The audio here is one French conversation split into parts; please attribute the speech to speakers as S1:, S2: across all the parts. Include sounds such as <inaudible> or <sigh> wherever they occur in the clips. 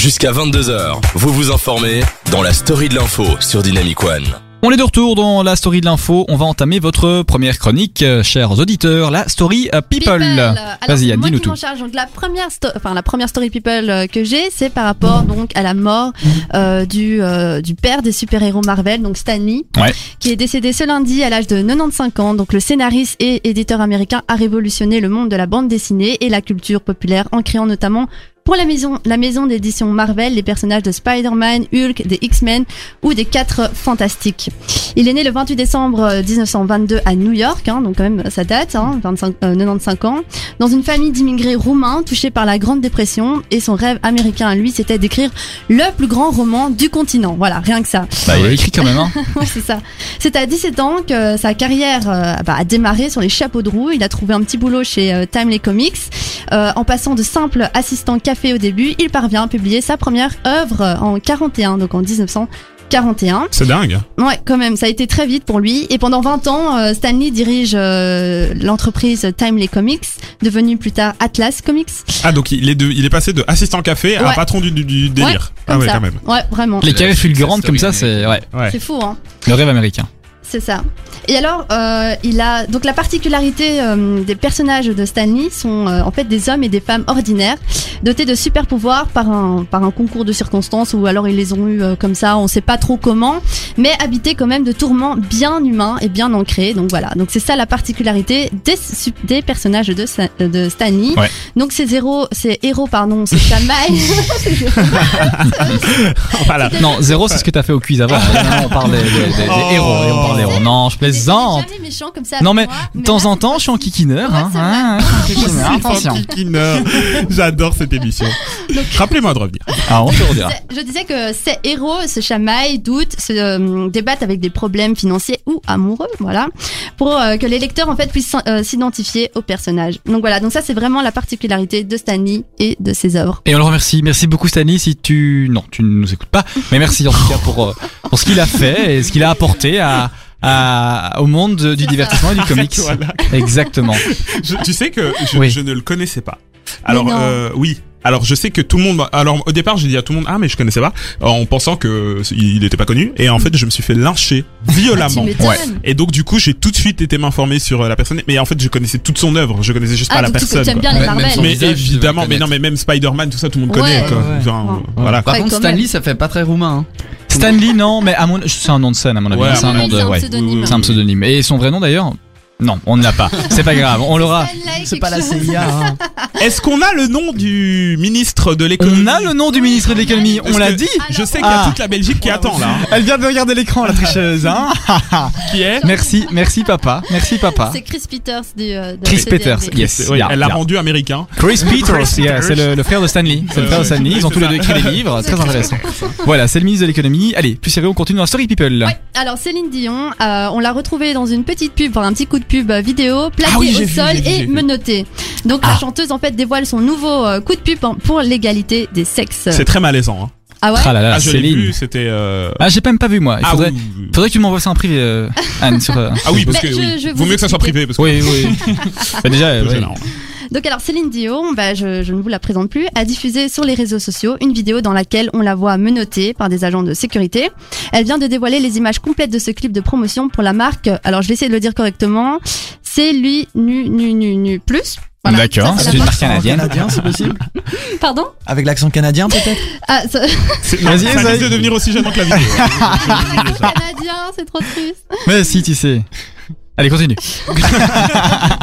S1: Jusqu'à 22h, vous vous informez dans la story de l'info sur Dynamic One.
S2: Ah
S3: On est de retour dans la story de l'info. On va entamer votre première chronique, euh, chers auditeurs, la story euh, people.
S4: Alors,
S3: Vas-y, Anne,
S4: moi
S3: dis-nous
S4: qui m'en
S3: tout.
S4: charge, donc la première, sto- enfin la première story people euh, que j'ai, c'est par rapport donc à la mort euh, du euh, du père des super héros Marvel, donc Stan Lee,
S3: Ouais.
S4: qui est décédé ce lundi à l'âge de 95 ans. Donc le scénariste et éditeur américain a révolutionné le monde de la bande dessinée et la culture populaire en créant notamment pour la maison, la maison d'édition Marvel, les personnages de Spider-Man, Hulk, des X-Men ou des Quatre Fantastiques. Il est né le 28 décembre euh, 1922 à New York, hein, donc quand même ça date, hein, 25, euh, 95 ans, dans une famille d'immigrés roumains touchés par la Grande Dépression et son rêve américain à lui c'était d'écrire le plus grand roman du continent. Voilà, rien que ça. <laughs>
S3: Bah, il a écrit quand même, hein.
S4: Ouais, c'est ça. C'est à 17 ans que sa carrière euh, bah, a démarré sur les chapeaux de roue. Il a trouvé un petit boulot chez euh, Timely Comics. Euh, en passant de simple assistant café au début, il parvient à publier sa première œuvre euh, en 41, donc en 1941.
S5: C'est dingue. hein.
S4: Ouais, quand même, ça a été très vite pour lui. Et pendant 20 ans, euh, Stanley dirige euh, l'entreprise Timely Comics, devenue plus tard Atlas Comics.
S5: Ah, donc il est, de- il est passé de assistant café à
S4: Ouais.
S5: patron du, du- du délire.
S4: Comme
S5: ah ouais,
S4: ça.
S5: quand même.
S4: Ouais, vraiment.
S3: Les carrés fulgurantes
S1: story
S3: comme ça,
S1: est-
S3: c'est ouais,
S5: Ouais.
S4: C'est fou, hein.
S3: le rêve américain.
S4: C'est ça. Et alors, euh, il a donc la particularité euh, des personnages de Stanley sont euh, en fait des hommes et des femmes ordinaires, dotés de super pouvoirs par un par un concours de circonstances ou alors ils les ont eu comme ça, on sait pas trop comment, mais habités quand même de tourments bien humains et bien ancrés. Donc voilà, donc c'est ça la particularité des su- des personnages de Sa- euh, de Stanley.
S3: Ouais.
S4: Donc ces héros, ces héros pardon,
S3: <laughs>
S4: se chamaillent.
S5: Voilà.
S3: Non, zéro, c'est ce que t'as fait au quiz avant. Non, on parle des, des- des- des
S5: Oh.
S3: héros et on parle des héros. Non, je plaisante.
S4: Jamais méchant comme ça.
S3: Non, mais
S4: avec
S3: de
S4: moi,
S3: temps
S4: là,
S3: en temps, je suis en kikineur, hein.
S4: Ouais,
S3: hein, hein, je suis en kikineur, Attention.
S5: Oh, kikineur. J'adore cette émission. Rappelez-moi de revenir.
S3: Ah, on peut redire.
S4: C'est- Je disais que ces héros se chamaillent, doutent, se euh, débattent avec des problèmes financiers ou amoureux, voilà, pour euh, que les lecteurs en fait puissent s'in- euh, s'identifier au personnage. Donc voilà, donc ça c'est vraiment la particularité de Stanley et de ses œuvres.
S3: Et on le remercie. Merci beaucoup Stanley. Si tu non, tu ne nous écoutes pas, mais merci en tout cas pour euh, pour ce qu'il a fait et ce qu'il a apporté à, à au monde du divertissement et
S5: <laughs>
S3: du comics.
S5: Voilà.
S3: Exactement.
S5: Je- tu sais que je,
S3: Oui.
S5: je ne le connaissais pas. Alors,
S4: non.
S5: euh, oui. Alors, je sais que tout le monde. m'a- Alors, au départ, j'ai dit à tout le monde Ah, mais je connaissais pas. En pensant que c- il n'était pas connu. Et en fait, je me suis fait lyncher
S4: Ah, Tu
S5: violemment.
S4: m'étonnes.
S3: Ouais.
S5: Et donc, du coup, j'ai tout de suite été m'informer sur euh, la personne. Mais en fait, je connaissais toute son œuvre. Je connaissais juste
S4: Ah,
S5: pas la
S4: donc tu-
S5: personne.
S4: tu aimes
S5: quoi.
S4: bien les
S2: Ouais,
S4: Marvel.
S2: même son
S5: Mais
S2: visage, tu devrais
S5: évidemment, mais non,
S2: connaître.
S5: mais même Spider-Man, tout ça, tout le monde
S4: Ouais,
S5: connaît. quoi.
S3: ouais, ouais.
S5: Enfin,
S4: Ouais. Bah,
S5: Voilà.
S2: Par
S4: Ouais,
S2: contre,
S4: quand même.
S2: Stanley, ça fait pas très roumain. hein.
S3: Stanley non, mais à mon c'est un nom de scène à mon avis.
S5: Ouais,
S3: c'est un nom de
S4: C'est un
S3: ouais.
S4: pseudonyme.
S3: C'est un pseudonyme. Et son vrai nom d'ailleurs Non, on ne l'a pas. C'est pas grave. On l'aura.
S4: Stanley,
S2: C'est pas la <laughs>
S4: quelque chose.
S2: CIA. hein.
S5: Est-ce qu'on a le nom du ministre de l'économie
S3: On a le nom du ministre de l'économie. On
S5: Parce
S3: l'a
S5: que
S3: dit.
S5: Je sais qu'il y
S3: Ah.
S5: a toute la Belgique qui attend là. hein.
S3: Elle vient de regarder l'écran, la tricheuse. Hein
S5: Qui est
S3: merci, merci papa, merci papa.
S4: C'est Chris Peters du. euh, de
S3: Chris
S4: CDRD.
S3: Peters, yes.
S5: Oui,
S3: yeah,
S5: Elle l'a
S3: yeah.
S5: rendu américain.
S3: Chris Peters, yeah,
S5: Peters.
S3: c'est le, le frère de Stanley. C'est le frère de Stanley. Ils ont tous les deux écrit des livres. Très intéressant. Voilà, c'est le ministre de l'économie. Allez, plus sérieux, on continue dans la story people.
S4: Ouais. Alors Céline Dion, euh, on l'a retrouvée dans une petite pub, enfin, un petit coup de pub euh, vidéo, plaquée
S5: Ah oui,
S4: au
S5: j'ai vu,
S4: sol
S5: j'ai vu, j'ai
S4: et
S5: vu. Ah.
S4: menottée. Donc la chanteuse en fait dévoile son nouveau euh, coup de pub en- pour l'égalité des sexes.
S5: C'est très malaisant. Hein.
S4: Ah ouais.
S3: Ah là là,
S5: Ah, je l'ai
S3: Céline.
S5: vu, c'était. Euh...
S3: Ah, j'ai même pas vu moi. Il
S5: ah,
S3: faudrait,
S5: oui, oui, oui.
S3: faudrait que tu m'envoies ça en privé, euh, Anne. Sur, euh,
S5: Ah oui, parce
S4: Mais
S5: que
S4: je-
S5: oui.
S4: je vous
S5: vaut mieux que ça soit
S4: explique.
S5: privé parce que.
S3: Oui, oui.
S5: <laughs>
S3: Bah, déjà,
S5: c'est
S3: euh,
S5: un peu
S3: ouais.
S5: gênant. hein.
S4: Donc alors Céline Dion, bah, je, je ne vous la présente plus, a diffusé sur les réseaux sociaux une vidéo dans laquelle on la voit menottée par des agents de sécurité. Elle vient de dévoiler les images complètes de ce clip de promotion pour la marque. Alors je vais essayer de le dire correctement. C'est lui nu nu nu nu plus. Voilà.
S3: D'accord,
S5: Ah,
S3: c'est
S4: Ça, c'est
S3: une
S4: la
S3: marque canadienne.
S2: Canadien, c'est possible.
S4: marque. Pardon
S2: Avec l'accent canadien, peut-être.
S4: Ah, ça-
S5: C'est-
S3: Vas-y,
S5: ça
S3: essaye.
S5: risque de devenir aussi gênant que
S3: <laughs>
S5: la vidéo.
S4: <laughs> canadien, Ah, c'est trop triste.
S3: Mais si, tu sais. Allez, continue.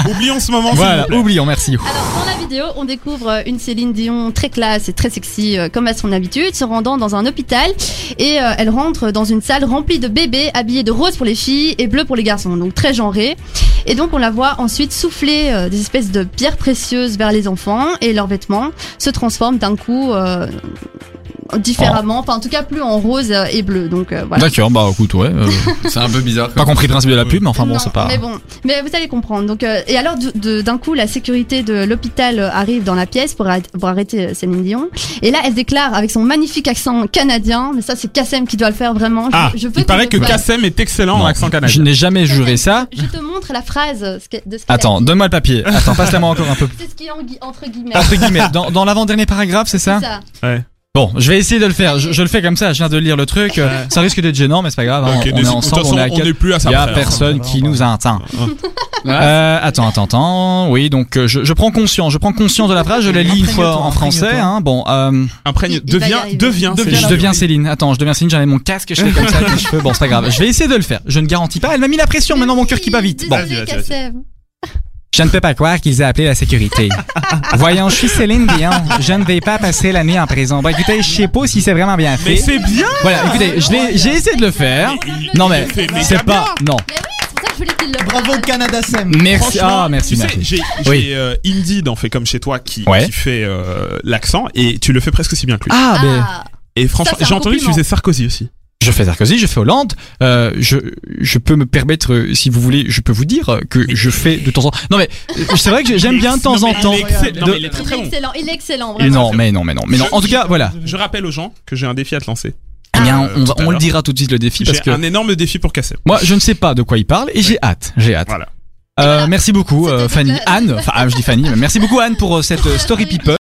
S5: Oublions ce moment. s'il vous
S3: Voilà,
S5: plaît.
S3: oublions, merci.
S4: Alors, dans la vidéo, on découvre euh, une Céline Dion très classe et très sexy, euh, comme à son habitude, se rendant dans un hôpital. Et euh, elle rentre dans une salle remplie de bébés habillés de rose pour les filles et bleu pour les garçons, donc très genré. Et donc, on la voit ensuite souffler euh, des espèces de pierres précieuses vers les enfants et leurs vêtements se transforment d'un coup euh, différemment, enfin, en tout cas, plus en rose euh, et bleu. Donc, euh, voilà.
S3: D'accord, bah écoute, ouais. euh,
S2: C'est un peu bizarre.
S3: pas compris le principe de la pub, mais enfin bon,
S4: Non,
S3: c'est pas.
S4: Mais bon, mais vous allez comprendre. Donc, euh, et alors, du- de- d'un coup, la sécurité de l'hôpital euh, arrive dans la pièce pour, arrêt- pour arrêter euh, Céline Dion. Et là, elle déclare avec son magnifique accent canadien, mais ça, c'est Kassem qui doit le faire vraiment. Je,
S5: Ah,
S4: je veux
S5: il paraît que
S4: me-
S5: Kassem est excellent en
S3: Non,
S5: accent
S3: Je
S5: canadien.
S3: n'ai jamais juré ça.
S4: Je te montre la phrase euh, ce que- de ce qu'elle a
S3: Attends,
S4: dit.
S3: donne-moi le papier. Attends, passe la main encore un peu.
S4: C'est ce qui est en gui- entre guillemets.
S3: Entre guillemets, dans, dans l'avant-dernier paragraphe, c'est Ah, ça
S4: C'est ça.
S5: Ouais.
S3: Bon, je vais essayer de le faire. Je, je le fais comme ça. Je viens de lire le truc. Euh, Ça risque d'être gênant, mais c'est pas grave. hein.
S5: Ok,
S3: on est
S5: désolé.
S3: ensemble.
S5: de toute
S3: on est à
S5: façon, on
S3: quatre.
S5: n'est plus à
S3: Il
S5: ça.
S3: y a
S5: près, hein.
S3: personne qui nous a atteint.
S2: Ah.
S3: Euh, attends, attends, attends. Oui, donc euh, je, je prends conscience. Je prends conscience de la phrase. Je la lis une fois en français. Hein. Bon, euh,
S5: Imprègne,
S4: Il- il va y
S5: deviens,
S4: arriver.
S5: deviens,
S2: Deviens
S3: je
S5: Céline.
S3: deviens Céline. Attends, je deviens Céline. J'avais mon casque. Je fais comme ça avec les <laughs> cheveux. Bon, c'est pas grave. Je vais essayer de le faire. Je ne garantis pas. Elle m'a mis la pression. Maintenant, mon cœur qui bat vite. Bon,
S5: Vas-y, vas-y, vas-y.
S3: je ne peux pas croire qu'ils aient appelé la
S5: <laughs>
S3: sécurité. Voyons, je suis Céline Dion. Je ne vais pas passer l'année en prison. Bah, écoutez, je sais pas si c'est vraiment bien fait.
S5: Mais c'est bien.
S3: Voilà, écoutez, je l'ai- j'ai essayé de le faire. Non mais
S5: fait méga
S3: c'est Ah, pas non.
S4: C'est pour ça que je voulais qu'il le
S2: Bravo Canada Sem.
S3: Merci
S5: Franchement,
S3: ah merci
S5: tu sais,
S3: merci.
S5: j'ai
S3: Oui.
S5: j'ai, euh, Indeed en fait comme chez toi qui,
S3: Ouais.
S5: qui fait euh, l'accent et tu le fais presque aussi bien que lui.
S3: Ah, ben
S4: Ah,
S5: et franchement,
S4: c'est un
S5: j'ai entendu que tu
S4: compliment.
S5: faisais Sarkozy aussi.
S3: je fais Sarkozy, je fais Hollande. Euh, je je peux me permettre euh, si vous voulez, je peux vous dire que je fais de temps en temps. Non mais euh, c'est vrai que j'aime bien de temps en temps.
S5: Il est excell- non,
S3: de-
S5: mais il est très
S4: il
S5: très
S4: est
S5: bon.
S4: excellent, il est excellent,
S3: Et
S4: vraiment.
S3: Non mais non mais non mais non. En tout cas voilà.
S5: Je rappelle aux gens que j'ai un défi à te lancer.
S3: Eh bien on,
S5: Euh, tout
S3: va-
S5: à
S3: on le
S5: l'heure.
S3: dira tout de suite le défi parce
S5: J'ai
S3: que
S5: un énorme défi pour casser.
S3: moi je ne sais pas de quoi il parle et j'ai hâte j'ai hâte.
S5: Voilà.
S3: Euh, merci beaucoup euh,
S4: C'était
S3: Fanny
S4: donc la-
S3: Anne. Enfin ah, je dis Fanny mais merci beaucoup Anne pour euh, cette euh, story people.